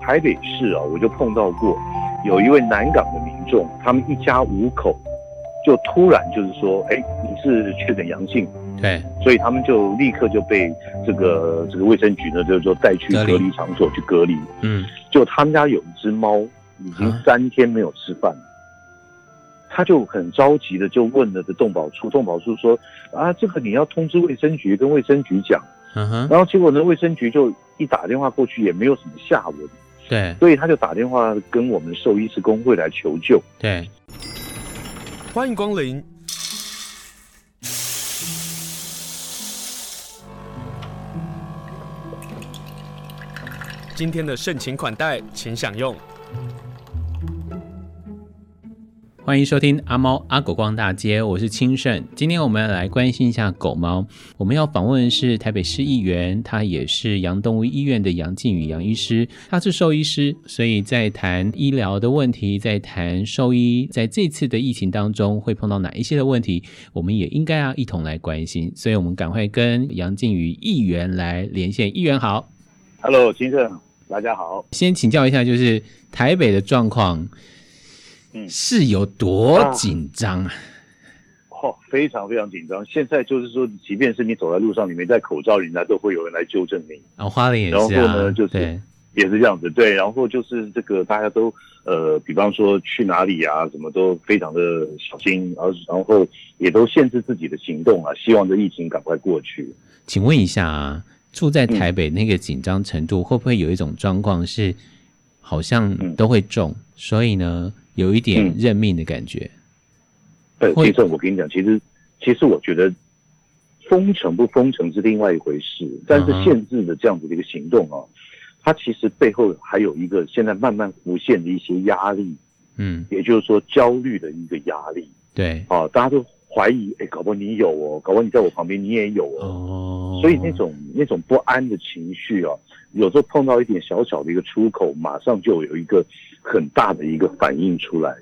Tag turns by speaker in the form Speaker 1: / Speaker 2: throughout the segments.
Speaker 1: 台北市啊，我就碰到过有一位南港的民众，他们一家五口就突然就是说，哎，你是确诊阳性，
Speaker 2: 对，
Speaker 1: 所以他们就立刻就被这个这个卫生局呢，就是说带去
Speaker 2: 隔离
Speaker 1: 隔离场所去隔离。
Speaker 2: 嗯，
Speaker 1: 就他们家有一只猫，已经
Speaker 2: 啊
Speaker 1: 三天没有吃饭了，他就很着急的就问了这动保处，动保处说啊，这个你要通知卫生局，跟卫生局讲。
Speaker 2: 嗯哼，
Speaker 1: 然后结果呢，卫生局就一打电话过去，也没有什么下文，
Speaker 2: 对
Speaker 1: 所以他就打电话跟我们兽医师工会来求救。
Speaker 2: 对，
Speaker 3: 欢迎光临。今天的盛情款待，请享用。
Speaker 2: 欢迎收听阿猫阿狗逛大街，我是清盛。今天我们要来关心一下狗猫。我们要访问的是台北市议员，他也是杨动物医院的杨靖宇杨医师，他是兽医师，所以在谈医疗的问题，在谈兽医在这次的疫情当中会碰到哪一些的问题，我们也应该要一同来关心。所以我们赶快跟杨靖宇议员来连线。议员好，
Speaker 1: Hello，先生，大家好。
Speaker 2: 先请教一下，就是台北的状况，
Speaker 1: 嗯
Speaker 2: 是有多紧张啊？
Speaker 1: 哦，非常非常紧张。现在就是说，即便是你走在路上，你没戴口罩，人家都会有人来纠正你。
Speaker 2: 啊，花莲也是
Speaker 1: 然
Speaker 2: 啊，
Speaker 1: 后呢就是
Speaker 2: 对，
Speaker 1: 也是这样子，对。然后就是这个大家都呃，比方说去哪里啊，什么都非常的小心，然后然后也都限制自己的行动啊，希望这疫情赶快过去。
Speaker 2: 请问一下啊，
Speaker 1: 嗯
Speaker 2: 住在台北那个紧张程度，会不会有一种状况是，好像
Speaker 1: 嗯
Speaker 2: 都会中，所以呢，有一点
Speaker 1: 嗯
Speaker 2: 认命的感觉？
Speaker 1: 对，
Speaker 2: 会
Speaker 1: 呃其实我跟你讲，其实其实我觉得封城不封城是另外一回事，但是
Speaker 2: 嗯哼
Speaker 1: 限制的这样子的一个行动啊，它其实背后还有一个现在慢慢浮现的一些压力，
Speaker 2: 嗯，
Speaker 1: 也就是说焦虑的一个压力
Speaker 2: 对，
Speaker 1: 啊，大家都怀疑，哎，搞不好你有哦，搞不好你在我旁边你也有哦。
Speaker 2: 哦，
Speaker 1: 所以那种那种不安的情绪啊，有时候碰到一点小小的一个出口，马上就有一个很大的一个反应出来。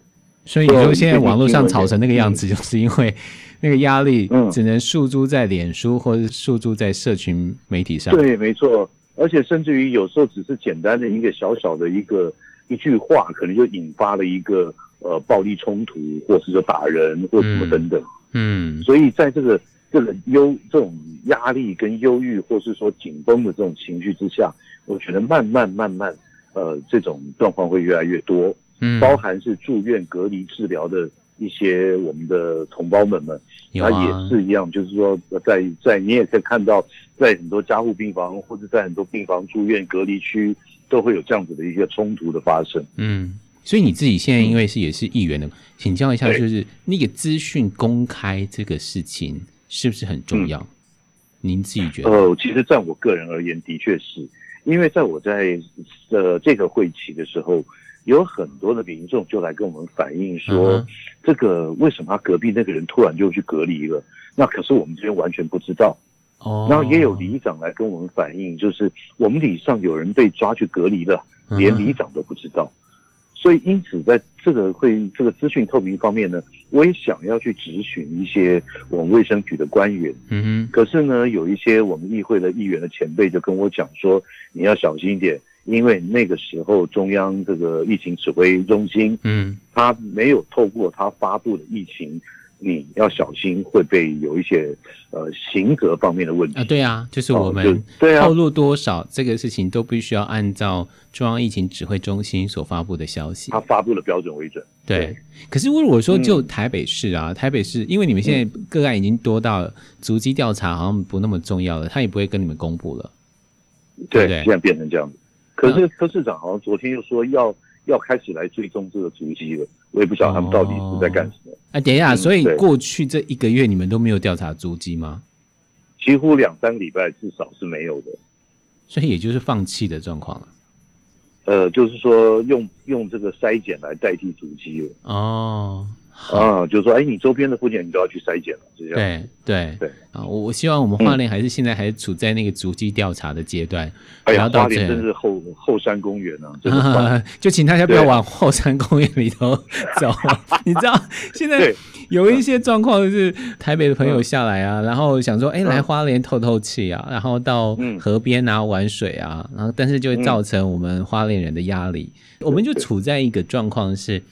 Speaker 2: 所以你说
Speaker 1: 对
Speaker 2: 现在
Speaker 1: 最近
Speaker 2: 网络
Speaker 1: 新
Speaker 2: 上
Speaker 1: 闻
Speaker 2: 吵
Speaker 1: 也
Speaker 2: 成那个样子，就是因为那个压力
Speaker 1: 嗯
Speaker 2: 只能诉诸在脸书或者是诉诸在社群媒体上。
Speaker 1: 对，没错。而且甚至于有时候只是简单的一个小小的一个一句话，可能就引发了一个呃暴力冲突，或是说打人或什么等等。
Speaker 2: 嗯，
Speaker 1: 所以在这个这个忧这种压力跟忧郁，或是说紧绷的这种情绪之下，我觉得慢慢慢慢，呃，这种状况会越来越多。
Speaker 2: 嗯，
Speaker 1: 包含是住院隔离治疗的一些我们的同胞们们，
Speaker 2: 有
Speaker 1: 他
Speaker 2: 啊
Speaker 1: 也是一样，就是说呃在在你也可以看到，在很多加护病房或者在很多病房住院隔离区都会有这样子的一个冲突的发生。
Speaker 2: 嗯，所以你自己现在因为是也是
Speaker 1: 嗯
Speaker 2: 议员的，请教一下，
Speaker 1: 对
Speaker 2: 就是那个资讯公开这个事情是不是很重要？您自己觉得？
Speaker 1: 嗯呃，其实在我个人而言，的确是因为在我在呃这个会期的时候，有很多的民众就来跟我们反映说，
Speaker 2: 嗯哼
Speaker 1: 这个为什么他隔壁那个人突然就去隔离了？那可是我们这边完全不知道。
Speaker 2: 哦
Speaker 1: 然后也有里长来跟我们反映，就是我们里上有人被抓去隔离了，
Speaker 2: 嗯
Speaker 1: 连里长都不知道。所以因此在这个会这个资讯透明方面呢，我也想要去质询一些我们卫生局的官员。
Speaker 2: 嗯哼，
Speaker 1: 可是呢，有一些我们议会的议员的前辈就跟我讲说，你要小心一点，因为那个时候中央这个疫情指挥中心
Speaker 2: 嗯，
Speaker 1: 他没有透过他发布的疫情。你要小心会被有一些呃刑责方面的问题
Speaker 2: 啊，对啊，就是
Speaker 1: 哦
Speaker 2: 我
Speaker 1: 就
Speaker 2: 们
Speaker 1: 对啊
Speaker 2: 透露多少这个事情都必须要按照中央疫情指挥中心所发布的消息。
Speaker 1: 他发布的标准为准。
Speaker 2: 对
Speaker 1: 对，
Speaker 2: 可是如果说
Speaker 1: 嗯
Speaker 2: 就台北市啊，台北市，因为你们现在个案已经多到足迹调查好像不那么重要了，他也不会跟你们公布了。对嗯对
Speaker 1: 现在变成这样子。可是柯市长好像昨天又说要要开始来追踪这个足迹了，我也不晓得他们到底是在干什么。
Speaker 2: 哎，等一下，
Speaker 1: 嗯
Speaker 2: 所以
Speaker 1: 对
Speaker 2: 过去这一个月你们都没有调查足迹吗？
Speaker 1: 几乎两三个礼拜至少是没有的。
Speaker 2: 所以也就是放弃的状况了。
Speaker 1: 呃，就是说用用这个筛检来代替足迹了。
Speaker 2: 哦，
Speaker 1: 啊，就是说，哎，你周边的附近你都要去筛检了，是这样。
Speaker 2: 对对
Speaker 1: 啊对
Speaker 2: 啊，我我希望我们花莲还是现在还处在那个足迹调查的阶段，
Speaker 1: 哎
Speaker 2: 然
Speaker 1: 呀，
Speaker 2: 后到
Speaker 1: 花莲
Speaker 2: 最
Speaker 1: 真是后后山公园啊，真的 花莲
Speaker 2: 就请大家不要
Speaker 1: 对
Speaker 2: 往后山公园里头 走。你知道现在
Speaker 1: 对
Speaker 2: 有一些状况是台北的朋友下来啊，然后想说，哎，来花莲透透气啊，然后到
Speaker 1: 嗯
Speaker 2: 河边啊玩水啊，然后但是就会造成我们花莲人的压力，我们就处在一个状况是。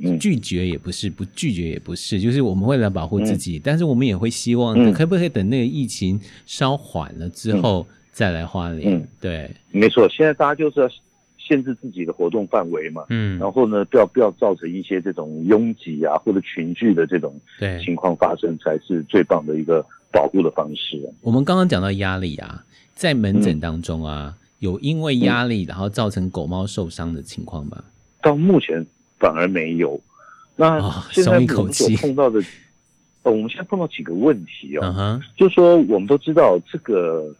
Speaker 1: 嗯
Speaker 2: 拒绝也不是，不拒绝也不是，就是我们为了保护自
Speaker 1: 嗯
Speaker 2: 己，但是我们也会希望，
Speaker 1: 嗯
Speaker 2: 可不可以等那个疫情稍缓了之后再来花莲
Speaker 1: 嗯？
Speaker 2: 对，
Speaker 1: 没错，现在大家就是要限制自己的活动范围嘛，
Speaker 2: 嗯，
Speaker 1: 然后呢，不要不要造成一些这种拥挤啊或者群聚的这种
Speaker 2: 对，
Speaker 1: 情况发生，才是最棒的一个保护的方式啊。
Speaker 2: 我们刚刚讲到压力啊，在门
Speaker 1: 嗯
Speaker 2: 诊当中啊，有因为压力然后造成狗猫受伤的情况吗？
Speaker 1: 到目前反而没有。那
Speaker 2: 哦
Speaker 1: 现在
Speaker 2: 松一
Speaker 1: 我
Speaker 2: 口
Speaker 1: 们所
Speaker 2: 气
Speaker 1: 碰到的，呃，我们现在碰到几个问题哦，
Speaker 2: 嗯哼，
Speaker 1: 就是说我们都知道这个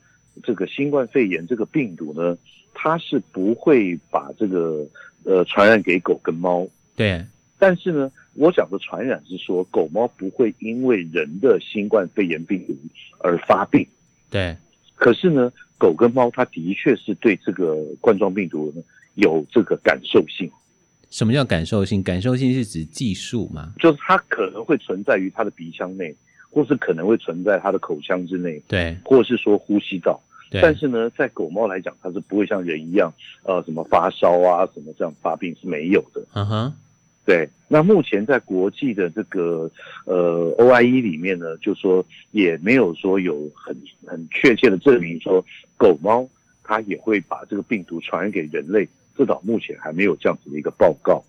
Speaker 1: 这个新冠肺炎这个病毒呢，它是不会把这个呃传染给狗跟猫，
Speaker 2: 对，
Speaker 1: 但是呢，我讲的传染是说狗猫不会因为人的新冠肺炎病毒而发病。
Speaker 2: 对，
Speaker 1: 可是呢，狗跟猫它的确是对这个冠状病毒呢有这个感受性，
Speaker 2: 什么叫感受性？感受性是指技术吗？
Speaker 1: 就是它可能会存在于它的鼻腔内，或是可能会存在它的口腔之内，
Speaker 2: 对，
Speaker 1: 或是说呼吸道。
Speaker 2: 对，
Speaker 1: 但是呢，在狗猫来讲，它是不会像人一样，呃，什么发烧啊，什么这样发病是没有的。
Speaker 2: 嗯哼，
Speaker 1: 对，那目前在国际的这个呃 OIE 里面呢，就说也没有说有很很确切的证明说狗猫它也会把这个病毒传染给人类，至少目前还没有这样子的一个报告。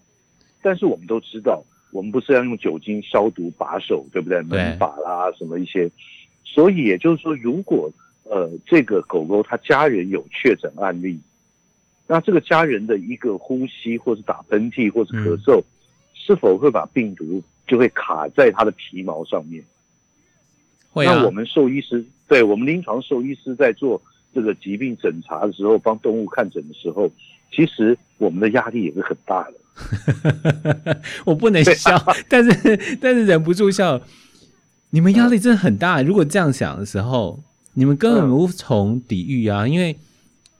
Speaker 1: 但是我们都知道，我们不是要用酒精消毒把手，对不对？门把啦，什么一些，所以也就是说，如果呃这个狗狗它家人有确诊案例，那这个家人的一个呼吸或是打喷嚏或是咳
Speaker 2: 嗯
Speaker 1: 嗽，是否会把病毒就会卡在它的皮毛上面？
Speaker 2: 会啊
Speaker 1: 那我，们兽医师，对我们临床兽医师在做这个疾病诊查的时候，帮动物看诊的时候，其实我们的压力也是很大的。
Speaker 2: 我不
Speaker 1: 啊
Speaker 2: 能笑，但是 但是忍不住笑。你们压力真的很大，如果这样想的时候，你们根本
Speaker 1: 嗯
Speaker 2: 无从抵御啊，因为。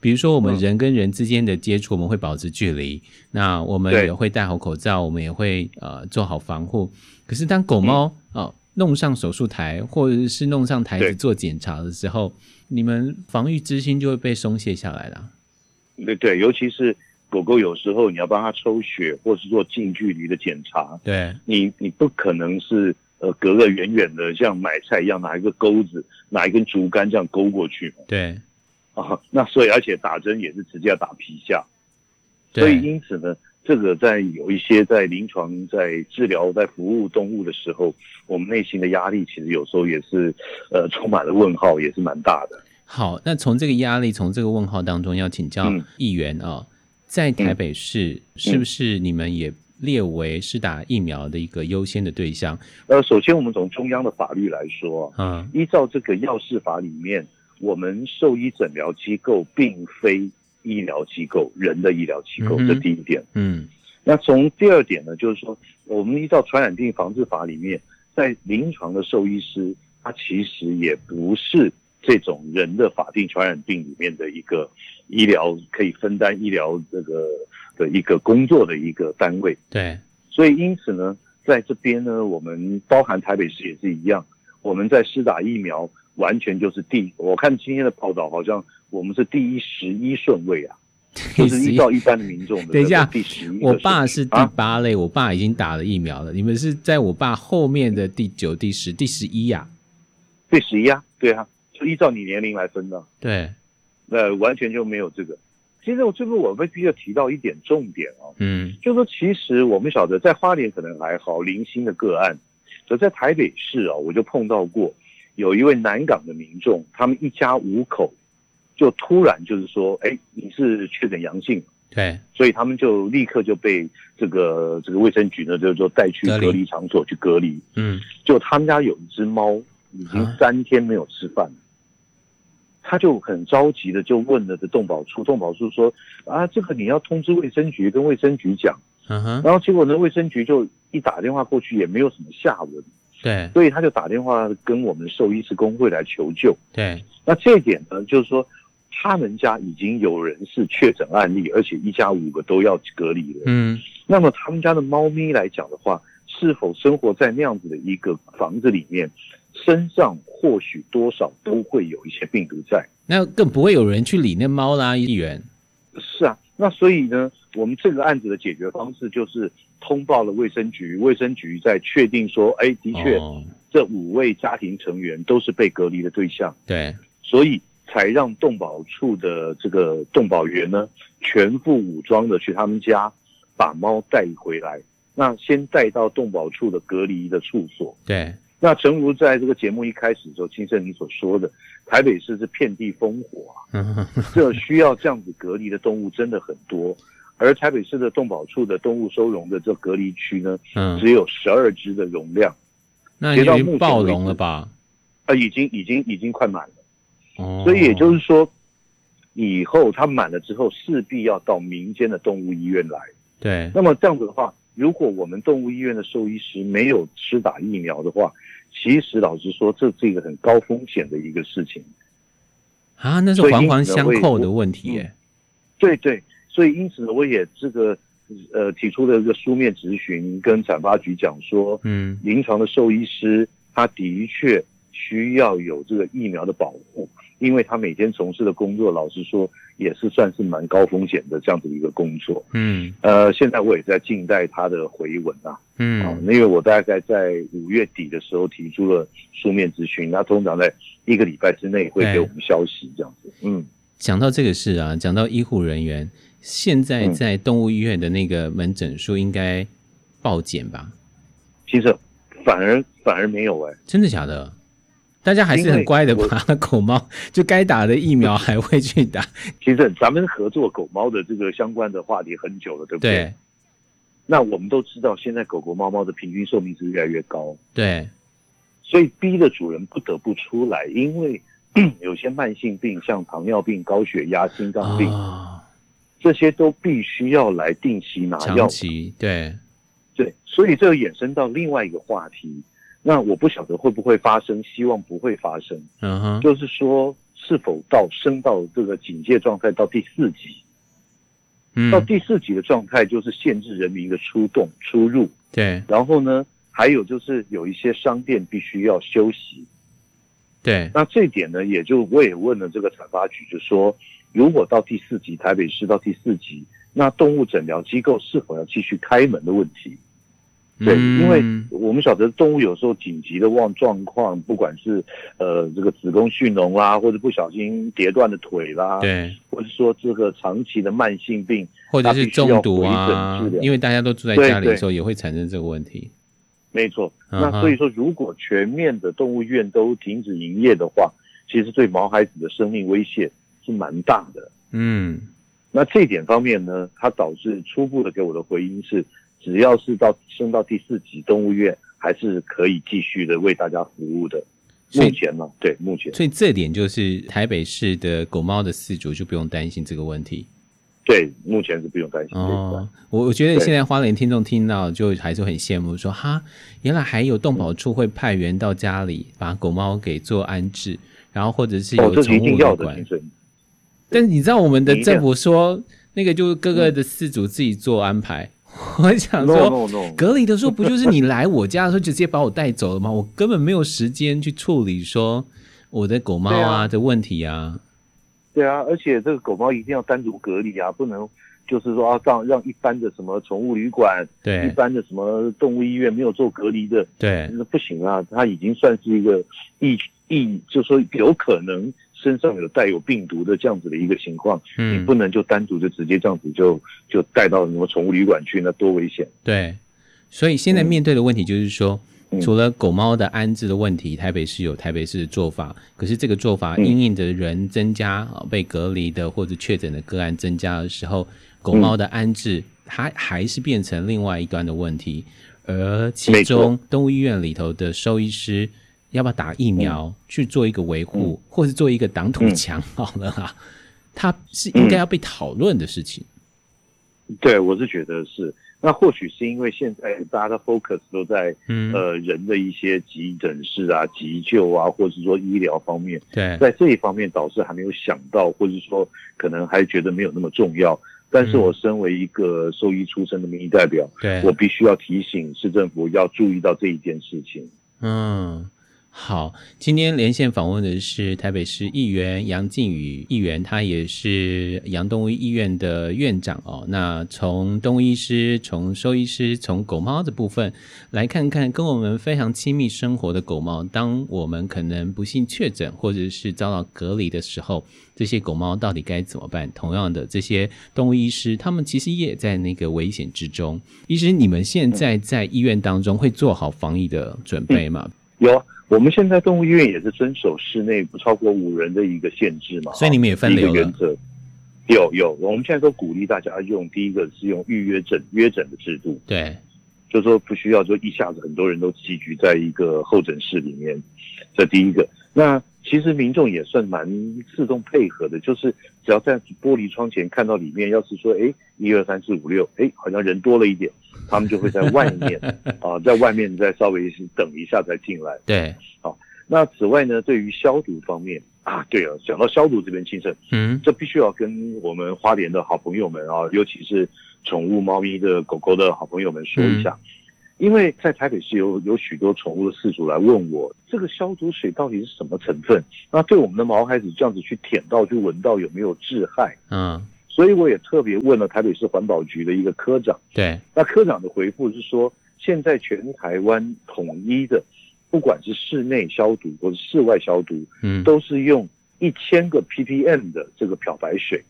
Speaker 2: 比如说，我们
Speaker 1: 嗯
Speaker 2: 人跟人之间的接触，我们会保持距离，那我们
Speaker 1: 对
Speaker 2: 也会戴好口罩，我们也会呃做好防护。可是当狗猫啊、呃弄上手术台，或者是弄上台
Speaker 1: 嗯
Speaker 2: 子
Speaker 1: 对
Speaker 2: 做检查的时候，你们防御之心就会被松懈下来了。
Speaker 1: 对对，尤其是狗狗有时候你要帮它抽血或是做近距离的检查，
Speaker 2: 对
Speaker 1: 你你不可能是呃隔个远远的像买菜一样拿一个钩子拿一根竹竿这样勾过去嘛
Speaker 2: 对
Speaker 1: 啊，那所以而且打针也是直接要打皮下，所以
Speaker 2: 对，
Speaker 1: 因此呢，这个在有一些在临床、在治疗、在服务动物的时候，我们内心的压力其实有时候也是呃充满了问号，也是蛮大的。
Speaker 2: 好，那从这个压力，从这个问号当中，要请教
Speaker 1: 嗯
Speaker 2: 议员啊、在台北市、是不是你们也列为是打疫苗的一个优先的对象？
Speaker 1: 呃，首先我们从中央的法律来说啊，
Speaker 2: 嗯，
Speaker 1: 依照这个药事法里面，我们兽医诊疗机构并非医疗机构，人的医疗机构，
Speaker 2: 嗯哼
Speaker 1: 这第一点。
Speaker 2: 嗯，
Speaker 1: 那从第二点呢，就是说，我们依照传染病防治法里面，在临床的兽医师，他其实也不是这种人的法定传染病里面的一个医疗可以分担医疗这个的一个工作的一个单位。
Speaker 2: 对，
Speaker 1: 所以因此呢，在这边呢，我们包含台北市也是一样，我们在施打疫苗完全就是第，我看今天的报道好像我们是第一十一顺位啊，就是依照一般的民众的
Speaker 2: 等一下
Speaker 1: 第十一个顺位。
Speaker 2: 我爸是第
Speaker 1: 啊
Speaker 2: 八类，我爸已经打了疫苗了，你们是在我爸后面的第九、第十、第十一呀？
Speaker 1: 对十一啊，对啊，就依照你年龄来分的、
Speaker 2: 对，
Speaker 1: 那、完全就没有这个。其实我这个我们必须要提到一点重点啊，
Speaker 2: 嗯
Speaker 1: 就是说其实我们晓得在花莲可能还好，零星的个案，可在台北市啊，我就碰到过有一位南港的民众，他们一家五口就突然就是说，哎，你是确诊阳性，
Speaker 2: 对，
Speaker 1: 所以他们就立刻就被这个这个卫生局呢就就带去
Speaker 2: 隔离
Speaker 1: 隔离场所去隔离，
Speaker 2: 嗯，
Speaker 1: 就他们家有一只猫，已经三天没有吃饭了，他就很着急的就问了这动保处，动保处说啊，这个你要通知卫生局，跟卫生局讲，
Speaker 2: 嗯哼，
Speaker 1: 然后结果呢，卫生局就一打电话过去，也没有什么下文，
Speaker 2: 对
Speaker 1: 所以他就打电话跟我们兽医师工会来求救。
Speaker 2: 对，
Speaker 1: 那这一点呢，就是说他们家已经有人是确诊案例，而且一家五个都要隔离了。
Speaker 2: 嗯
Speaker 1: 那么他们家的猫咪来讲的话，是否生活在那样子的一个房子里面，身上或许多少都会有一些病毒在。
Speaker 2: 那更不会有人去理那猫啦，议员。
Speaker 1: 是啊，那所以呢，我们这个案子的解决方式就是通报了卫生局，卫生局在确定说，哎，的确、
Speaker 2: 哦，
Speaker 1: 这五位家庭成员都是被隔离的对象，
Speaker 2: 对，
Speaker 1: 所以才让动保处的这个动保员呢，全副武装的去他们家把猫带回来。那先带到动保处的隔离的处所。
Speaker 2: 对，
Speaker 1: 那诚如在这个节目一开始的时候，金盛你所说的，台北市是遍地烽火啊，
Speaker 2: 嗯哼，
Speaker 1: 这需要这样子隔离的动物真的很多，而台北市的动保处的动物收容的这隔离区呢，
Speaker 2: 嗯，
Speaker 1: 只有十二只的容量，
Speaker 2: 那已
Speaker 1: 截到目
Speaker 2: 经
Speaker 1: 前
Speaker 2: 暴
Speaker 1: 为
Speaker 2: 龙
Speaker 1: 止
Speaker 2: 了吧？
Speaker 1: 啊，已经已经已经快满了，
Speaker 2: 哦，
Speaker 1: 所以也就是说，以后它满了之后，势必要到民间的动物医院来。
Speaker 2: 对，
Speaker 1: 那么这样子的话，如果我们动物医院的兽医师没有施打疫苗的话，其实老实说，这是一个很高风险的一个事情。
Speaker 2: 啊，那是
Speaker 1: 所以
Speaker 2: 环
Speaker 1: 因
Speaker 2: 环
Speaker 1: 此
Speaker 2: 相
Speaker 1: 我也
Speaker 2: 扣
Speaker 1: 不
Speaker 2: 的问题
Speaker 1: 嗯
Speaker 2: 耶。
Speaker 1: 对对，所以因此呢，我也这个呃提出了一个书面质询，跟产发局讲说，
Speaker 2: 嗯，
Speaker 1: 临床的兽医师他的确需要有这个疫苗的保护，因为他每天从事的工作，老实说也是算是蛮高风险的这样子一个工作。
Speaker 2: 嗯
Speaker 1: 呃，现在我也在静待他的回文啊，啊，
Speaker 2: 嗯，
Speaker 1: 因为我大概在五月底的时候提出了书面咨询，那通常在一个礼拜之内会给我们消息这样子。嗯，
Speaker 2: 讲到这个事啊，讲到医护人员，现在
Speaker 1: 嗯
Speaker 2: 在动物医院的那个门诊数应该暴减吧？
Speaker 1: 其实反而反而没有哎、
Speaker 2: 真的假的？大家还是
Speaker 1: 因
Speaker 2: 很
Speaker 1: 为
Speaker 2: 乖的
Speaker 1: 我
Speaker 2: 吧？ 狗猫就该打的疫苗还会去打，
Speaker 1: 其实咱们合作狗猫的这个相关的话题很久了，对不
Speaker 2: 对
Speaker 1: 那我们都知道，现在狗狗、猫猫的平均寿命是越来越高，
Speaker 2: 对，
Speaker 1: 所以逼的主人不得不出来，因为 有些慢性病，像糖尿病、高血压、心脏病，
Speaker 2: 哦，
Speaker 1: 这些都必须要来定期拿药
Speaker 2: 长。期对，
Speaker 1: 对，所以这个衍生到另外一个话题，那我不晓得会不会发生，希望不会发生，
Speaker 2: 嗯哼，
Speaker 1: 就是说是否到升到这个警戒状态到第四级，
Speaker 2: 嗯
Speaker 1: 到，第四级的状态就是限制人民的出动、出入。
Speaker 2: 对
Speaker 1: 然后呢，还有就是有一些商店必须要休息。
Speaker 2: 对，
Speaker 1: 那这一点呢，也就我也问了这个产发局，就说如果到第四级，台北市到第四级，那动物诊疗机构是否要继续开门的问题。对，因为
Speaker 2: 嗯
Speaker 1: 我们晓得动物有时候紧急的状状况，不管是呃这个子宫蓄脓啦，或者不小心跌断的腿啦，
Speaker 2: 对，
Speaker 1: 或者说这个长期的慢性病，
Speaker 2: 或者
Speaker 1: 它
Speaker 2: 是
Speaker 1: 必须要
Speaker 2: 中毒啊
Speaker 1: 回诊治，疗
Speaker 2: 因为大家都住在
Speaker 1: 对
Speaker 2: 家里的
Speaker 1: 对
Speaker 2: 时候也会产生这个问题。
Speaker 1: 没错，
Speaker 2: 嗯
Speaker 1: 那
Speaker 2: 哼
Speaker 1: 所以说，如果全面的动物医院都停止营业的话，其实对毛孩子的生命威胁是蛮大的。
Speaker 2: 嗯，
Speaker 1: 那这一点方面呢，它导致初步的给我的回应是，只要是到升到第四级，动物医院还是可以继续的为大家服务的。
Speaker 2: 所以
Speaker 1: 目前呢，对，目前
Speaker 2: 所以这点就是台北市的狗猫的饲主就不用担心这个问题
Speaker 1: 对，目前是不用担心这一块
Speaker 2: 哦。。我我觉得
Speaker 1: 对
Speaker 2: 现在花莲听众听到就还是很羡慕说，哈，原来还有动保处会派员到家里把狗猫给做安置，然后或者是
Speaker 1: 哦，
Speaker 2: 有
Speaker 1: 这是
Speaker 2: 宠
Speaker 1: 一
Speaker 2: 物
Speaker 1: 定
Speaker 2: 的
Speaker 1: 要的，
Speaker 2: 管
Speaker 1: 精。神
Speaker 2: 但你知道我们的
Speaker 1: 你一定嗯
Speaker 2: 政府说那个就是各个的饲主自己做安排， 我想
Speaker 1: No
Speaker 2: 说
Speaker 1: no no，
Speaker 2: 隔离的时候不就是你来我家的时候就直接把我带走了吗？我根本没有时间去处理说我的狗猫
Speaker 1: 对
Speaker 2: 啊
Speaker 1: 啊
Speaker 2: 的问题啊。
Speaker 1: 对啊，而且这个狗猫一定要单独隔离啊，不能就是说啊，让让一般的什么宠物旅馆。一
Speaker 2: 对
Speaker 1: 般的什么动物医院没有做隔离的，
Speaker 2: 对
Speaker 1: 那不行啊，它已经算是一个疫疫，就说有可能身上有带有病毒的这样子的一个情况，你
Speaker 2: 嗯
Speaker 1: 不，能就单独就直接这样子就就带到什么宠物旅馆去，那多危险！
Speaker 2: 对。所以现在
Speaker 1: 嗯
Speaker 2: 面对的问题就是说，
Speaker 1: 嗯
Speaker 2: 除了狗猫的安置的问题，台北市有台北市的做法，可是这个做法
Speaker 1: 嗯
Speaker 2: 因应的人增加啊，被隔离的或者确诊的个案增加的时候，狗猫的安置它还是变成另外一端的问题。而其
Speaker 1: 没错
Speaker 2: 中动物医院里头的兽医师要不要打疫苗、去做一个维护，或是做一个挡土
Speaker 1: 嗯
Speaker 2: 墙好了啊，它是应该要被讨论的事情。
Speaker 1: 对我是觉得是，那或许是因为现在大家的 focus 都在
Speaker 2: 嗯，
Speaker 1: 呃人的一些急诊室啊、急救啊，或是说医疗方面，
Speaker 2: 对，
Speaker 1: 在这一方面导致还没有想到，或者说可能还觉得没有那么重要。但
Speaker 2: 嗯
Speaker 1: 是我身为一个兽医出身的民意代表，
Speaker 2: 对，
Speaker 1: 我必须要提醒市政府要注意到这一件事情。
Speaker 2: 嗯，好，今天连线访问的是台北市议员杨靖宇议员，他也是杨动物医院的院长哦。那从动物医师、从兽医师、从狗猫的部分来看看，跟我们非常亲密生活的狗猫，当我们可能不幸确诊或者是遭到隔离的时候，这些狗猫到底该怎么办？同样的，这些动物医师他们其实也在那个危险之中。医师，你们现在
Speaker 1: 嗯
Speaker 2: 在医院当中会做好防疫的准备吗？
Speaker 1: 有啊，我们现在动物医院也是遵守室内不超过五人的一个限制嘛，啊
Speaker 2: 所以你们也分
Speaker 1: 一个
Speaker 2: 流
Speaker 1: 原
Speaker 2: 了。
Speaker 1: 则。有有，我们现在都鼓励大家用第一个是用预约诊约诊的制度，
Speaker 2: 对，
Speaker 1: 就说不需要说一下子很多人都集聚在一个候诊室里面，这第一个。那其实民众也算蛮自动配合的，就是只要在玻璃窗前看到里面，要是说哎一二三四五六，哎好像人多了一点，他们就会在外面 啊、在外面再稍微等一下再进来。
Speaker 2: 对，
Speaker 1: 那此外呢，对于消毒方面啊，对了，讲到消毒这边，清盛，
Speaker 2: 嗯，
Speaker 1: 这必须要跟我们花莲的好朋友们啊，尤其是宠物猫咪的狗狗的好朋友们说一下，因为在台北市有有许多宠物的饲主来问我，这个消毒水到底是什么成分？那对我们的毛孩子这样子去舔到、去闻到有没有致害？
Speaker 2: 嗯，
Speaker 1: 所以我也特别问了台北市环保局的一个科长。
Speaker 2: 对，
Speaker 1: 那科长的回复是说，现在全台湾统一的，不管是室内消毒或者室外消毒，
Speaker 2: 嗯，
Speaker 1: 都是用一千个 ppm 的这个漂白水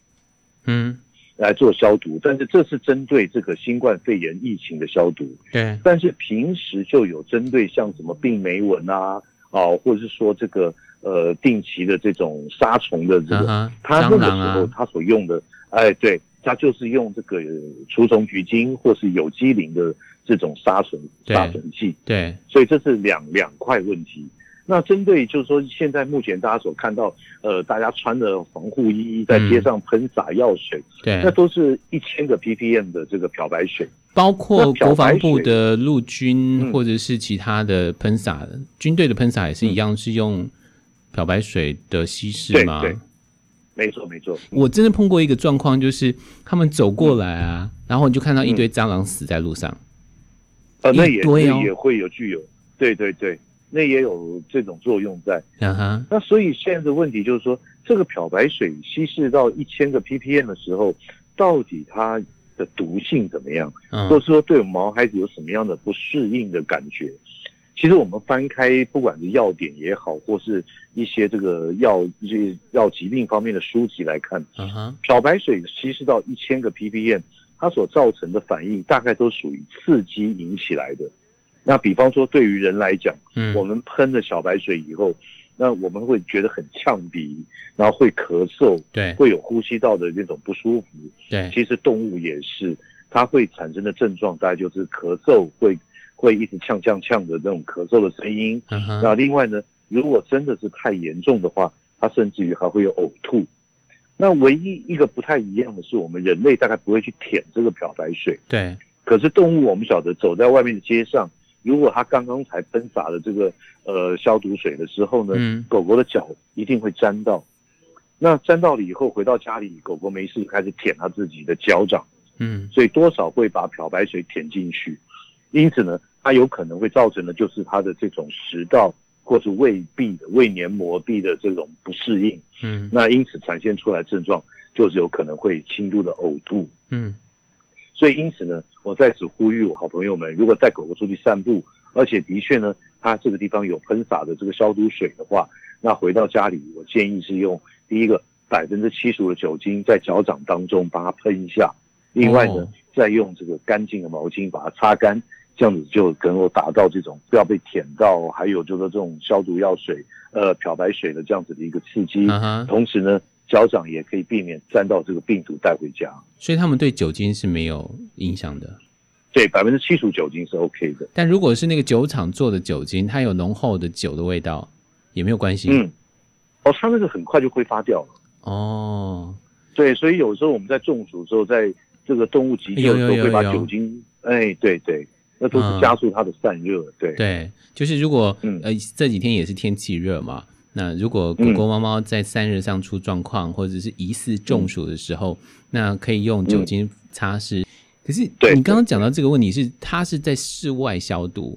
Speaker 2: 嗯，
Speaker 1: 来做消毒，但是这是针对这个新冠肺炎疫情的消毒，
Speaker 2: 对，
Speaker 1: 但是平时就有针对像什么病媒蚊啊，啊，或者是说这个呃定期的这种杀虫的这
Speaker 2: 嗯
Speaker 1: 个，
Speaker 2: 哼，
Speaker 1: 他那
Speaker 2: 蟑
Speaker 1: 个
Speaker 2: 螂
Speaker 1: 时候
Speaker 2: 啊，
Speaker 1: 他所用的，哎，对，他就是用这个呃除虫菊精或是有机磷的这种杀虫
Speaker 2: 对
Speaker 1: 杀虫剂，
Speaker 2: 对，
Speaker 1: 所以这是两两块问题。那针对就是说，现在目前大家所看到，呃，大家穿的防护衣在
Speaker 2: 嗯
Speaker 1: 街上喷洒药水，那
Speaker 2: 对，
Speaker 1: 都是一千个 ppm 的这个漂白水。
Speaker 2: 包括
Speaker 1: 那漂
Speaker 2: 国防
Speaker 1: 白
Speaker 2: 部
Speaker 1: 水
Speaker 2: 的陆军
Speaker 1: 嗯
Speaker 2: 或者是其他的喷洒，军队的喷洒也是一样，是用漂白水的稀释
Speaker 1: 对
Speaker 2: 吗？
Speaker 1: 对没错，没错。
Speaker 2: 我真的碰过一个状况，就是他们走过来啊，
Speaker 1: 嗯
Speaker 2: 然后你就看到一堆蟑螂死在路上。
Speaker 1: 呃，那
Speaker 2: 一
Speaker 1: 也、
Speaker 2: 堆哦
Speaker 1: 那也会有具有，对对对，那也有这种作用在。
Speaker 2: 嗯哼，
Speaker 1: 那所以现在的问题就是说，这个漂白水稀释到一千个 ppm 的时候，到底它的毒性怎么样？或
Speaker 2: 嗯
Speaker 1: 是说对我们毛孩子有什么样的不适应的感觉？其实我们翻开不管是药典也好，或是一些这个药一些药疾病方面的书籍来看，
Speaker 2: 嗯哼，
Speaker 1: 漂白水稀释到一千个 ppm，它所造成的反应大概都属于刺激引起来的。那比方说，对于人来讲，
Speaker 2: 嗯，
Speaker 1: 我们喷了小白水以后，那我们会觉得很呛鼻，然后会咳嗽，
Speaker 2: 对
Speaker 1: 会有呼吸道的那种不舒服。
Speaker 2: 对，
Speaker 1: 其实动物也是，它会产生的症状大概就是咳嗽，会会一直呛呛呛的那种咳嗽的声音。
Speaker 2: 嗯哼，
Speaker 1: 那另外呢，如果真的是太严重的话，它甚至于还会有呕吐。那唯一一个不太一样的是，我们人类大概不会去舔这个漂白水，
Speaker 2: 对
Speaker 1: 可是动物我们晓得，走在外面的街上，如果它刚刚才喷洒了这个呃消毒水的时候呢，
Speaker 2: 嗯
Speaker 1: 狗狗的脚一定会沾到。那沾到了以后，回到家里，狗狗没事开始舔它自己的脚掌，
Speaker 2: 嗯
Speaker 1: 所以多少会把漂白水舔进去。因此呢，它有可能会造成的就是它的这种食道或是胃壁的胃黏膜壁的这种不适应。
Speaker 2: 嗯
Speaker 1: 那因此展现出来症状就是有可能会轻度的呕吐。
Speaker 2: 嗯
Speaker 1: 所以因此呢，我在此呼吁我好朋友们，如果带狗狗出去散步，而且的确呢，它这个地方有喷洒的这个消毒水的话，那回到家里，我建议是用第一个百分之七十五的酒精在脚掌当中把它喷一下，另外呢，
Speaker 2: 哦
Speaker 1: 再用这个干净的毛巾把它擦干。这样子就能够达到这种不要被舔到，还有就是这种消毒药水、呃漂白水的这样子的一个刺激。
Speaker 2: 嗯哼，
Speaker 1: 同时呢，脚掌也可以避免沾到这个病毒带回家。
Speaker 2: 所以他们对酒精是没有影响的。
Speaker 1: 对，百分之七十五酒精是 OK 的。
Speaker 2: 但如果是那个酒厂做的酒精，它有浓厚的酒的味道，也没有关系。
Speaker 1: 嗯，哦，它那个很快就挥发掉了。
Speaker 2: 哦，
Speaker 1: 对，所以有时候我们在中暑之后，在这个动物急救的时
Speaker 2: 有有有
Speaker 1: 候会把
Speaker 2: 有
Speaker 1: 酒精，哎，对对，那都
Speaker 2: 嗯
Speaker 1: 是加速它的散热，对
Speaker 2: 对，就是如果、
Speaker 1: 嗯
Speaker 2: 呃这几天也是天气热嘛，那如果狗狗、猫猫在散热上出状况，或者是疑似中暑的时
Speaker 1: 嗯
Speaker 2: 候，那可以用酒精擦拭。可是
Speaker 1: 对
Speaker 2: 你刚刚讲到这个问题是，它是在室外消毒，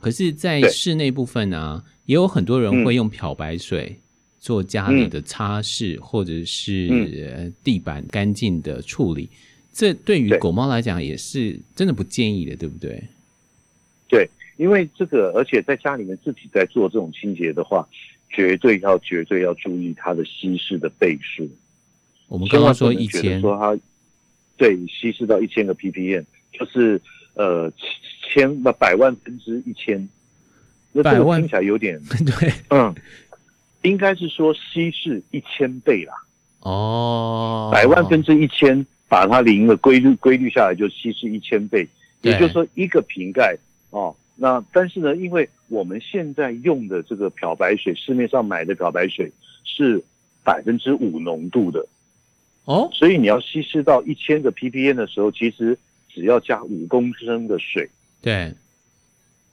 Speaker 2: 可是在
Speaker 1: 对嗯
Speaker 2: 室内部分啊，也有很多人会用漂白水。做家里的擦拭，或者是呃地板干净的处理，这对
Speaker 1: 嗯
Speaker 2: 于
Speaker 1: 对
Speaker 2: 狗猫来讲也是真的不建议的，对不对？
Speaker 1: 对，因为这个，而且在家里面自己在做这种清洁的话，绝对要绝对要注意它的稀释的倍数。
Speaker 2: 我们
Speaker 1: 千
Speaker 2: 刚
Speaker 1: 万
Speaker 2: 刚
Speaker 1: 不
Speaker 2: 说
Speaker 1: 能
Speaker 2: 一
Speaker 1: 觉得
Speaker 2: 千，
Speaker 1: 说它对稀释到一千个 ppm，就是呃千不百万分之一千，那这
Speaker 2: 百
Speaker 1: 个
Speaker 2: 万
Speaker 1: 听起来有点
Speaker 2: 对，
Speaker 1: 嗯，应该是说稀释一千倍啦，
Speaker 2: 哦，
Speaker 1: 百万分之一千，把它零的规律规律下来就稀释一千倍，
Speaker 2: 对
Speaker 1: 也就是说一个瓶盖哦。那但是呢，因为我们现在用的这个漂白水，市面上买的漂白水是百分之五浓度的，
Speaker 2: 哦，
Speaker 1: 所以你要稀释到一千个 ppm 的时候，其实只要加五公升的水，
Speaker 2: 对，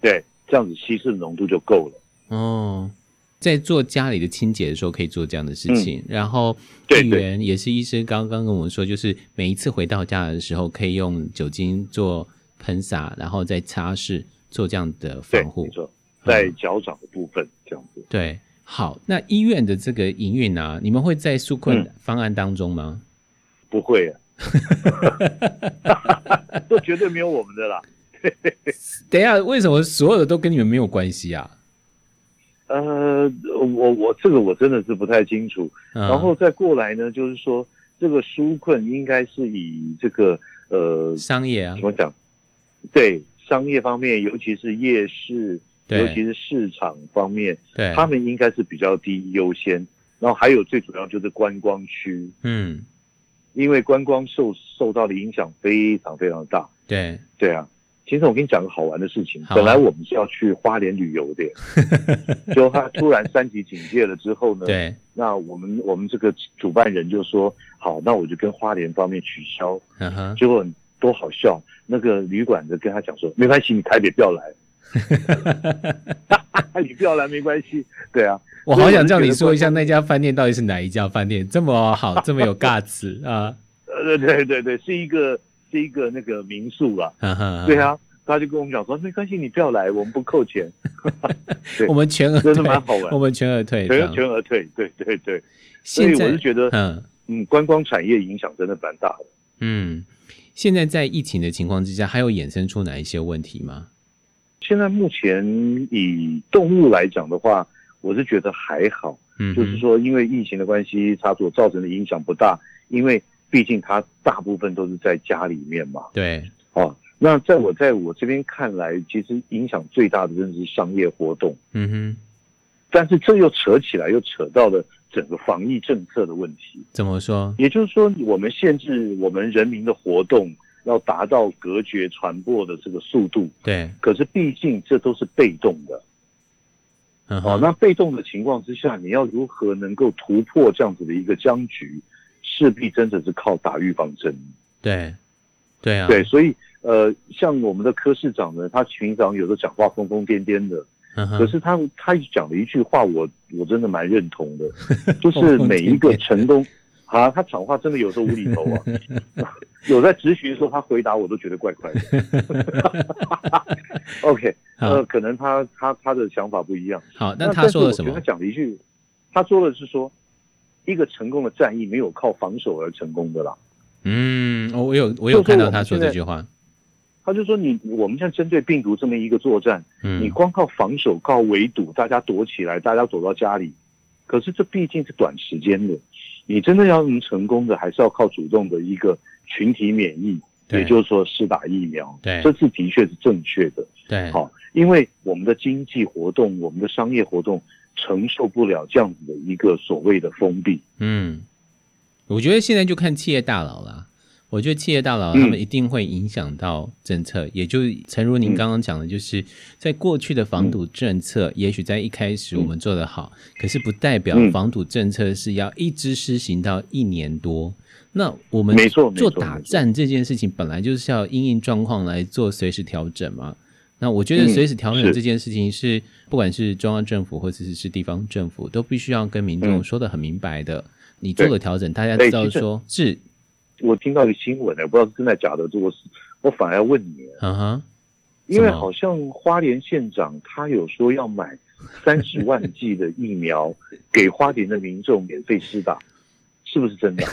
Speaker 1: 对，这样子稀释的浓度就够了。
Speaker 2: 哦，在做家里的清洁的时候可以做这样的事情。然后
Speaker 1: 嗯对
Speaker 2: 议
Speaker 1: 对
Speaker 2: 员也是医生刚刚跟我们说，就是每一次回到家的时候可以用酒精做喷洒，然后再擦拭，做这样的
Speaker 1: 对
Speaker 2: 防，护嗯
Speaker 1: 没。错，在脚掌的部分这样子。
Speaker 2: 对，好，那医院的这个营运啊，你们会在纾困
Speaker 1: 嗯
Speaker 2: 方案当中吗？
Speaker 1: 不会、 啊，都绝对没有我们的啦。
Speaker 2: 等一下，为什么所有的都跟你们没有关系啊？
Speaker 1: 呃，我我这个我真的是不太清楚。
Speaker 2: 嗯
Speaker 1: 然后再过来呢，就是说这个纾困应该是以这个呃
Speaker 2: 商业啊
Speaker 1: 怎，么讲？对商业方面，尤其是夜市，
Speaker 2: 对
Speaker 1: 尤其是市场方面，
Speaker 2: 对，
Speaker 1: 他们应该是比较低优先。然后还有最主要就是观光区，
Speaker 2: 嗯，
Speaker 1: 因为观光受受到的影响非常非常大。
Speaker 2: 对，
Speaker 1: 对啊，其实我跟你讲个好玩的事情，
Speaker 2: 好啊
Speaker 1: 本来我们是要去花莲旅游 的，就他突然三级警戒了之后呢，
Speaker 2: 对，
Speaker 1: 那我们我们这个主办人就说，好，那我就跟花莲方面取消。
Speaker 2: 嗯哼。
Speaker 1: 结果多好笑，那个旅馆的跟他讲说，没关系，你台北不要 来，你不要来没关系。对啊，
Speaker 2: 我好想叫你说一下那家饭店到底是哪一家饭店，这么好，这么有 guts 啊！
Speaker 1: 呃，对对对，是一个是一个那个民宿啊，
Speaker 2: 哈哈
Speaker 1: 对，啊，他就跟我们讲说，没关系，你不要来，我们不扣钱，
Speaker 2: 我们全额
Speaker 1: 真
Speaker 2: 退
Speaker 1: 的蛮好玩，
Speaker 2: 我们全额退这
Speaker 1: 全
Speaker 2: 样。
Speaker 1: 全额退，对对对。所以
Speaker 2: 现
Speaker 1: 我
Speaker 2: 在
Speaker 1: 是觉得，
Speaker 2: 嗯
Speaker 1: 嗯，观光产业影响真的蛮大的。
Speaker 2: 嗯，现在在疫情的情况之下，还有衍生出哪一些问题吗？
Speaker 1: 现在目前以动物来讲的话，我是觉得还好，
Speaker 2: 嗯哼，
Speaker 1: 就是说因为疫情的关系，它所造成的影响不大，因为毕竟它大部分都是在家里面嘛，
Speaker 2: 对，
Speaker 1: 啊。那在我在我这边看来，其实影响最大的真的是商业活动，
Speaker 2: 嗯哼，
Speaker 1: 但是这又扯起来，又扯到了整个防疫政策的问题。
Speaker 2: 怎么说？
Speaker 1: 也就是说，我们限制我们人民的活动，要达到隔绝传播的这个速度。
Speaker 2: 对，
Speaker 1: 可是毕竟这都是被动的，
Speaker 2: 嗯
Speaker 1: 好、
Speaker 2: 哼，
Speaker 1: 哦那被动的情况之下，你要如何能够突破这样子的一个僵局，势必真的是靠打预防针。
Speaker 2: 对，对啊，
Speaker 1: 对，所以呃，像我们的柯市长呢，他平常有的讲话疯疯癫癫的，
Speaker 2: 嗯哼，
Speaker 1: 可是他他讲了一句话我，我真的蛮认同的， 就是每一个成功啊，他讲话真的有时候无厘头啊。 有在咨询的时候，他回答我都觉得怪怪的。OK，呃，可能他他他的想法不一样。
Speaker 2: 好，
Speaker 1: 那
Speaker 2: 啊那他说了什
Speaker 1: 但是我觉得
Speaker 2: 么
Speaker 1: 他？讲了一句，他说的是说，一个成功的战役没有靠防守而成功的啦。
Speaker 2: 嗯，我我有我有
Speaker 1: 就是
Speaker 2: 看到
Speaker 1: 我们
Speaker 2: 他说
Speaker 1: 现在
Speaker 2: 这句话，
Speaker 1: 他就说你，我们现在针对病毒这么一个作战，你
Speaker 2: 嗯，
Speaker 1: 光靠防守、靠围堵，大家躲起来，大家躲到家里，可是这毕竟是短时间的。你真的要能成功的，还是要靠主动的一个群体免疫，
Speaker 2: 对
Speaker 1: 也就是说施打疫苗。
Speaker 2: 对
Speaker 1: 这次的确是正确的。
Speaker 2: 对，
Speaker 1: 好、因为我们的经济活动、我们的商业活动承受不了这样子的一个所谓的封闭。
Speaker 2: 嗯，我觉得现在就看企业大佬啦。我觉得企业大佬
Speaker 1: 嗯
Speaker 2: 他们一定会影响到政策，也就是诚如您
Speaker 1: 嗯
Speaker 2: 刚刚讲的，就是在过去的防堵政策，也许在一开始我们做得好，可是不代表
Speaker 1: 嗯
Speaker 2: 防堵政策是要一直施行到一年多。那我们
Speaker 1: 没错没
Speaker 2: 做
Speaker 1: 错
Speaker 2: 打
Speaker 1: 没错
Speaker 2: 战这件事情，本来就是要因应状况来做随时调整嘛。那我觉得
Speaker 1: 嗯
Speaker 2: 随时调整
Speaker 1: 是
Speaker 2: 这件事情是，不管是中央政府或者是是地方政府，都必须要跟民众
Speaker 1: 嗯
Speaker 2: 说的很明白的。你做
Speaker 1: 对
Speaker 2: 了调整，大家
Speaker 1: 对
Speaker 2: 知道
Speaker 1: 其实
Speaker 2: 说是，
Speaker 1: 我听到一个新闻呢，哎不知道是真的假的，这我是我反而要问你，
Speaker 2: 嗯哼，
Speaker 1: 因为
Speaker 2: 什么
Speaker 1: 好像花莲县长他有说要买三十万剂的疫 苗给花莲的民众免费施打，是不是真的？
Speaker 2: 哎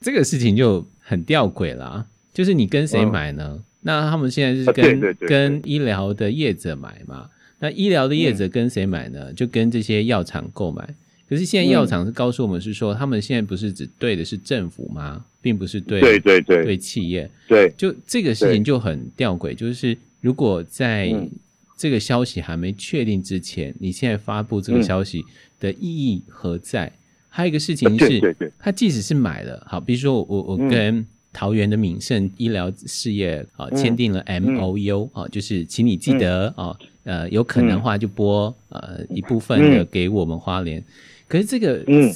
Speaker 2: 这个事情就很吊诡啦。就是你跟谁
Speaker 1: 嗯
Speaker 2: 买呢？那他们现在是
Speaker 1: 啊对
Speaker 2: 跟、
Speaker 1: 对对对
Speaker 2: 跟医疗的业者买嘛？那医疗的业
Speaker 1: 嗯
Speaker 2: 者跟谁买呢？就跟这些药厂购买。可是现在药厂是告诉我们是说，他们现在不是只对的是政府吗？并不是对
Speaker 1: 对对对
Speaker 2: 对企业。
Speaker 1: 对，
Speaker 2: 就这个事情
Speaker 1: 对
Speaker 2: 就很吊诡，就是如果在
Speaker 1: 嗯
Speaker 2: 这个消息还没确定之前，你现在发布这个
Speaker 1: 嗯
Speaker 2: 消息的意义何在？还有一个事情
Speaker 1: 呃对
Speaker 2: 是，
Speaker 1: 对对
Speaker 2: 他即使是买了，好，比如说我我我
Speaker 1: 嗯
Speaker 2: 跟桃园的敏盛医疗事业啊
Speaker 1: 嗯
Speaker 2: 签订了 M O U 啊，就是请你记得啊，呃，有可能的话就拨呃一部分的
Speaker 1: 嗯
Speaker 2: 给我们花莲，可是这个
Speaker 1: 嗯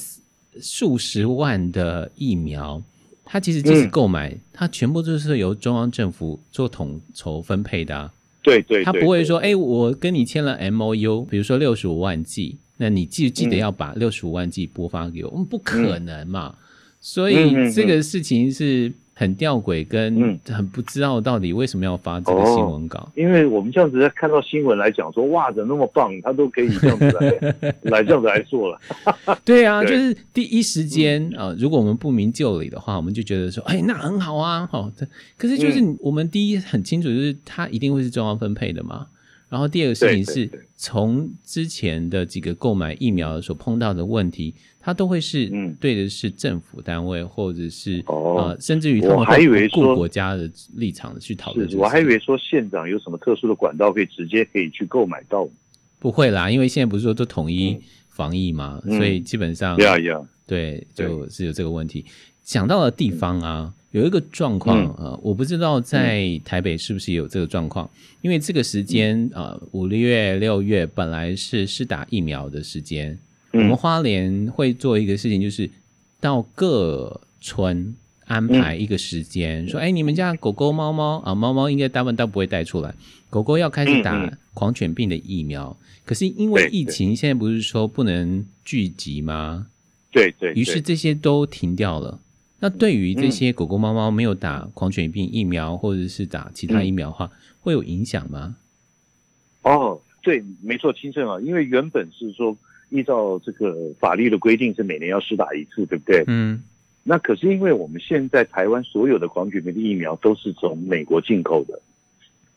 Speaker 2: 数十万的疫苗，它其实即使
Speaker 1: 嗯
Speaker 2: 购买，它全部就是由中央政府做统筹分配的、啊，
Speaker 1: 对对，
Speaker 2: 它
Speaker 1: 对
Speaker 2: 不会
Speaker 1: 对
Speaker 2: 说，哎、我跟你签了 M O U，比如说六十五万剂，那你记记
Speaker 1: 嗯
Speaker 2: 得要把六十五万剂拨发给我，嗯，不可能嘛。所
Speaker 1: 嗯
Speaker 2: 以
Speaker 1: 嗯
Speaker 2: 这个事情是很吊诡，跟
Speaker 1: 嗯
Speaker 2: 很不知道到底为什么要发这个
Speaker 1: 哦
Speaker 2: 新闻稿。
Speaker 1: 因为我们这样子看到新闻来讲说，哇，怎么那么棒，他都可以这样子 来来这样子来做了。
Speaker 2: 对啊，就
Speaker 1: 对嗯
Speaker 2: 是第一时间啊、呃如果我们不明就里的话，我们就觉得说，哎，那很好啊，好、哦。可是就是
Speaker 1: 嗯
Speaker 2: 我们第一很清楚，就是它一定会是中央分配的嘛。然后第二个事
Speaker 1: 对
Speaker 2: 情
Speaker 1: 对
Speaker 2: 是
Speaker 1: 对，
Speaker 2: 从之前的几个购买疫苗所碰到的问题，它都会是
Speaker 1: 嗯
Speaker 2: 对的是政府单位，或者是、
Speaker 1: 哦
Speaker 2: 呃，甚至于他
Speaker 1: 我
Speaker 2: 们
Speaker 1: 还以为
Speaker 2: 会不顾
Speaker 1: 说
Speaker 2: 国家的立场去讨论这
Speaker 1: 是，
Speaker 2: 个
Speaker 1: 我
Speaker 2: 事情。
Speaker 1: 还以为说县长有什么特殊的管道可以直接可以去购买到。
Speaker 2: 不会啦，因为现在不是说都统一防疫嘛，
Speaker 1: 嗯
Speaker 2: 所以基本上
Speaker 1: 呀呀，
Speaker 2: 对，
Speaker 1: 对
Speaker 2: 就是有这个问题。讲到了地方啊，有一个状况
Speaker 1: 嗯
Speaker 2: 呃，我不知道在台北是不是也有这个状况，因为这个时
Speaker 1: 嗯
Speaker 2: 间呃，五六月、六月本来是施打疫苗的时间，我们
Speaker 1: 嗯
Speaker 2: 花莲会做一个事情，就是到各村安排一个时间，
Speaker 1: 嗯
Speaker 2: 说，哎，你们家狗狗、猫猫啊，猫猫应该大部分都不会带出来，狗狗要开始
Speaker 1: 嗯
Speaker 2: 打
Speaker 1: 嗯
Speaker 2: 狂犬病的疫苗，可是因为
Speaker 1: 对
Speaker 2: 疫情，现在不是说不能聚集吗？
Speaker 1: 对对，
Speaker 2: 于
Speaker 1: 对
Speaker 2: 是
Speaker 1: 嗯
Speaker 2: 这些都停掉了。那对于这些狗狗、猫猫没有打狂犬病疫苗或者是打其他疫苗的话，
Speaker 1: 嗯
Speaker 2: 会有影响吗？
Speaker 1: 哦，对，没错，清正啊，因为原本是说依照这个法律的规定是每年要施打一次，对不对？
Speaker 2: 嗯，
Speaker 1: 那可是因为我们现在台湾所有的狂犬病的疫苗都是从美国进口的，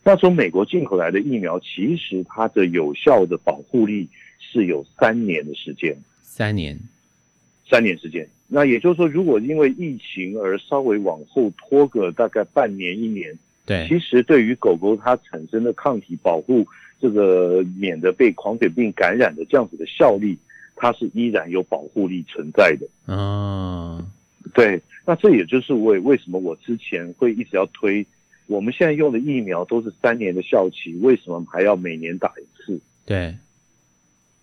Speaker 1: 那从美国进口来的疫苗，其实它的有效的保护力是有三年的时间，
Speaker 2: 三年，
Speaker 1: 三年时间。那也就是说，如果因为疫情而稍微往后拖个大概半年一年，
Speaker 2: 对，
Speaker 1: 其实对于狗狗它产生的抗体保护，这个免得被狂犬病感染的这样子的效力，它是依然有保护力存在的。
Speaker 2: 哦，
Speaker 1: 对，那这也就是为为什么我之前会一直要推，我们现在用的疫苗都是三年的效期，为什么还要每年打一次？
Speaker 2: 对，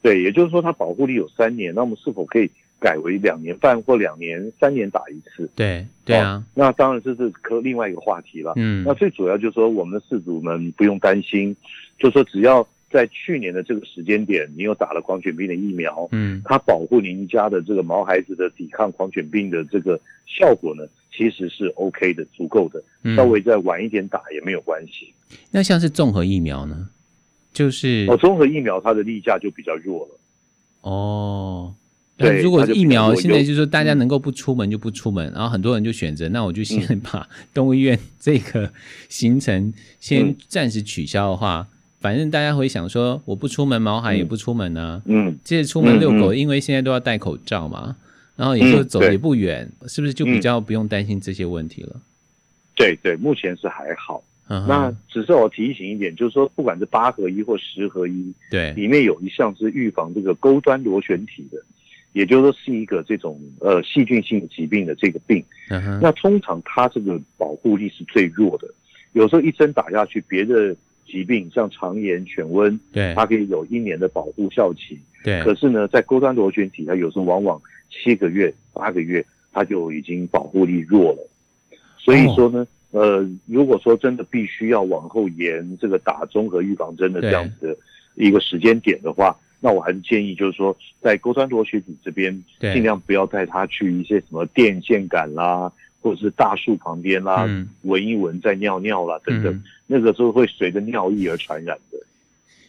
Speaker 1: 对，也就是说它保护力有三年，那我们是否可以改为两年半或两年、三年打一次？
Speaker 2: 对，对啊，
Speaker 1: 那当然这是可另外一个话题了。
Speaker 2: 嗯
Speaker 1: 哦那，最主要就是说，我们的饲主们不用担心，就是说只要在去年的这个时间点，你有打了狂犬病的疫苗，
Speaker 2: 嗯，
Speaker 1: 它保护您家的这个毛孩子的抵抗狂犬病的这个效果呢，其实是 OK 的，足够的。
Speaker 2: 嗯
Speaker 1: 稍微再晚一点打也没有关系。
Speaker 2: 那像是综合疫苗呢，就是
Speaker 1: 哦，综合疫苗它的例价就比较弱了。
Speaker 2: 哦，
Speaker 1: 对
Speaker 2: 那如果
Speaker 1: 它
Speaker 2: 是
Speaker 1: 就
Speaker 2: 疫
Speaker 1: 比较
Speaker 2: 苗，
Speaker 1: 多
Speaker 2: 现在
Speaker 1: 有
Speaker 2: 就是说大家
Speaker 1: 嗯
Speaker 2: 能够不出门就不出门，然后很多人就选择，那我就先把 动物医院这个行程先
Speaker 1: 嗯
Speaker 2: 暂时取消的话，反正大家会想说，我不出门，毛孩也
Speaker 1: 嗯
Speaker 2: 不出门啊，
Speaker 1: 嗯，
Speaker 2: 接着出门遛狗，
Speaker 1: 嗯
Speaker 2: 因为现在都要戴口罩嘛，然后也就
Speaker 1: 嗯
Speaker 2: 走
Speaker 1: 对
Speaker 2: 也不远，是不是就比
Speaker 1: 嗯
Speaker 2: 较不用担心这些问题了？
Speaker 1: 对对，目前是还好。
Speaker 2: 嗯哼，
Speaker 1: 那只是我提醒一点，就是说，不管是八合一或十合一，
Speaker 2: 对，
Speaker 1: 里面有一项是预防这个钩端螺旋体的，也就是说是一个这种呃细菌性疾病的这个病。
Speaker 2: 嗯哼，
Speaker 1: 那通常它这个保护力是最弱的，有时候一针打下去，别的疾病像肠炎、犬瘟，
Speaker 2: 对
Speaker 1: 它可以有一年的保护效期。
Speaker 2: 对，
Speaker 1: 可是呢，在钩端螺旋体，它有时候往往七个月、八个月，它就已经保护力弱了。所以说呢，呃，如果说真的必须要往后延这个打综合预防针的这样子的一个时间点的话，那我还是建议就是说，在钩穿螺旋体这边，
Speaker 2: 对
Speaker 1: 尽量不要带它去一些什么电线杆啦，或者是大树旁边啦，
Speaker 2: 嗯
Speaker 1: 闻一闻再尿尿啦等等，
Speaker 2: 嗯
Speaker 1: 那个都会随着尿液而传染的。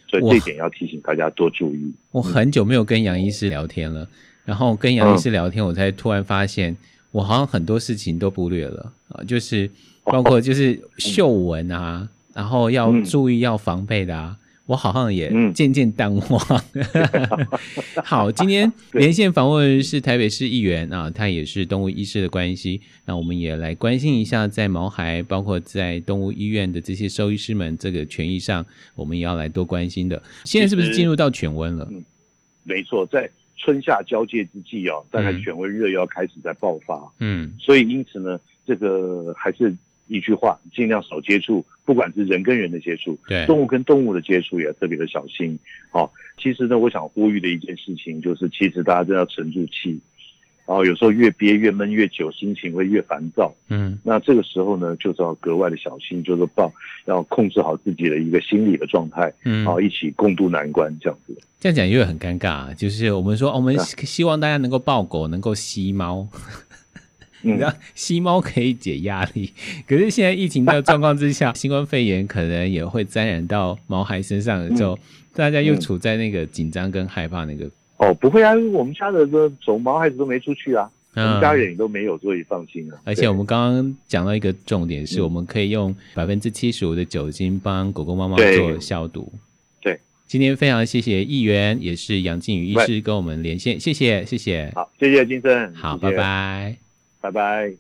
Speaker 1: 所以
Speaker 2: 哇
Speaker 1: 这一点要提醒大家多注意。
Speaker 2: 我很久没有跟杨医师聊天了，然后跟
Speaker 1: 嗯
Speaker 2: 杨医师聊天，我才突然发现，我好像很多事情都忽略了啊，就是包括就是嗅闻啊，然后要
Speaker 1: 嗯
Speaker 2: 注意要防备的啊，我好像也
Speaker 1: 嗯
Speaker 2: 渐渐淡忘。 好，今天
Speaker 1: 对
Speaker 2: 连线访问是台北市议员啊，他也是动物医师的关系，那我们也来关心一下在毛孩，包括在动物医院的这些兽医师们这个权益上，我们也要来多关心的。现在是不是
Speaker 1: 其实
Speaker 2: 进入到犬瘟了？
Speaker 1: 没错，在春夏交界之际啊，大概
Speaker 2: 嗯
Speaker 1: 犬瘟热要开始在爆发。
Speaker 2: 嗯，
Speaker 1: 所以因此呢，这个还是一句话，尽量少接触，不管是人跟人的接触，
Speaker 2: 对，
Speaker 1: 动物跟动物的接触也要特别的小心。好、其实呢，我想呼吁的一件事情就是，其实大家真的要沉住气，然后有时候越憋越闷越久，心情会越烦躁。
Speaker 2: 嗯
Speaker 1: 那这个时候呢，就是要格外的小心，就是报要控制好自己的一个心理的状态，哦
Speaker 2: 嗯，
Speaker 1: 好、一起共度难关这样子。
Speaker 2: 这样讲又很尴尬、啊，就是我们说，哦我们
Speaker 1: 对啊
Speaker 2: 希希望大家能够抱狗，能够吸猫，你
Speaker 1: 嗯
Speaker 2: 知，道吸猫可以解压力，可是现在疫情的状况之 下，新冠肺炎可能也会沾染到毛孩身上的时候，大家又
Speaker 1: 嗯
Speaker 2: 处在那个紧张跟害怕那个，
Speaker 1: 哦，不会啊，因为我们家的这种毛孩子都没出去啊，我
Speaker 2: 嗯
Speaker 1: 们家人也都没有，所以放心啊。
Speaker 2: 而
Speaker 1: 对
Speaker 2: 且我们刚刚讲到一个重点是，
Speaker 1: 嗯
Speaker 2: 我们可以用百分之七十五的酒精帮狗狗、猫猫
Speaker 1: 对
Speaker 2: 做消毒。
Speaker 1: 对，
Speaker 2: 今天非常谢谢议员，也是杨靖宇医师跟我们连线，谢谢，谢谢，
Speaker 1: 好，谢谢金生，
Speaker 2: 好，
Speaker 1: 谢谢
Speaker 2: 拜拜。
Speaker 1: 拜拜。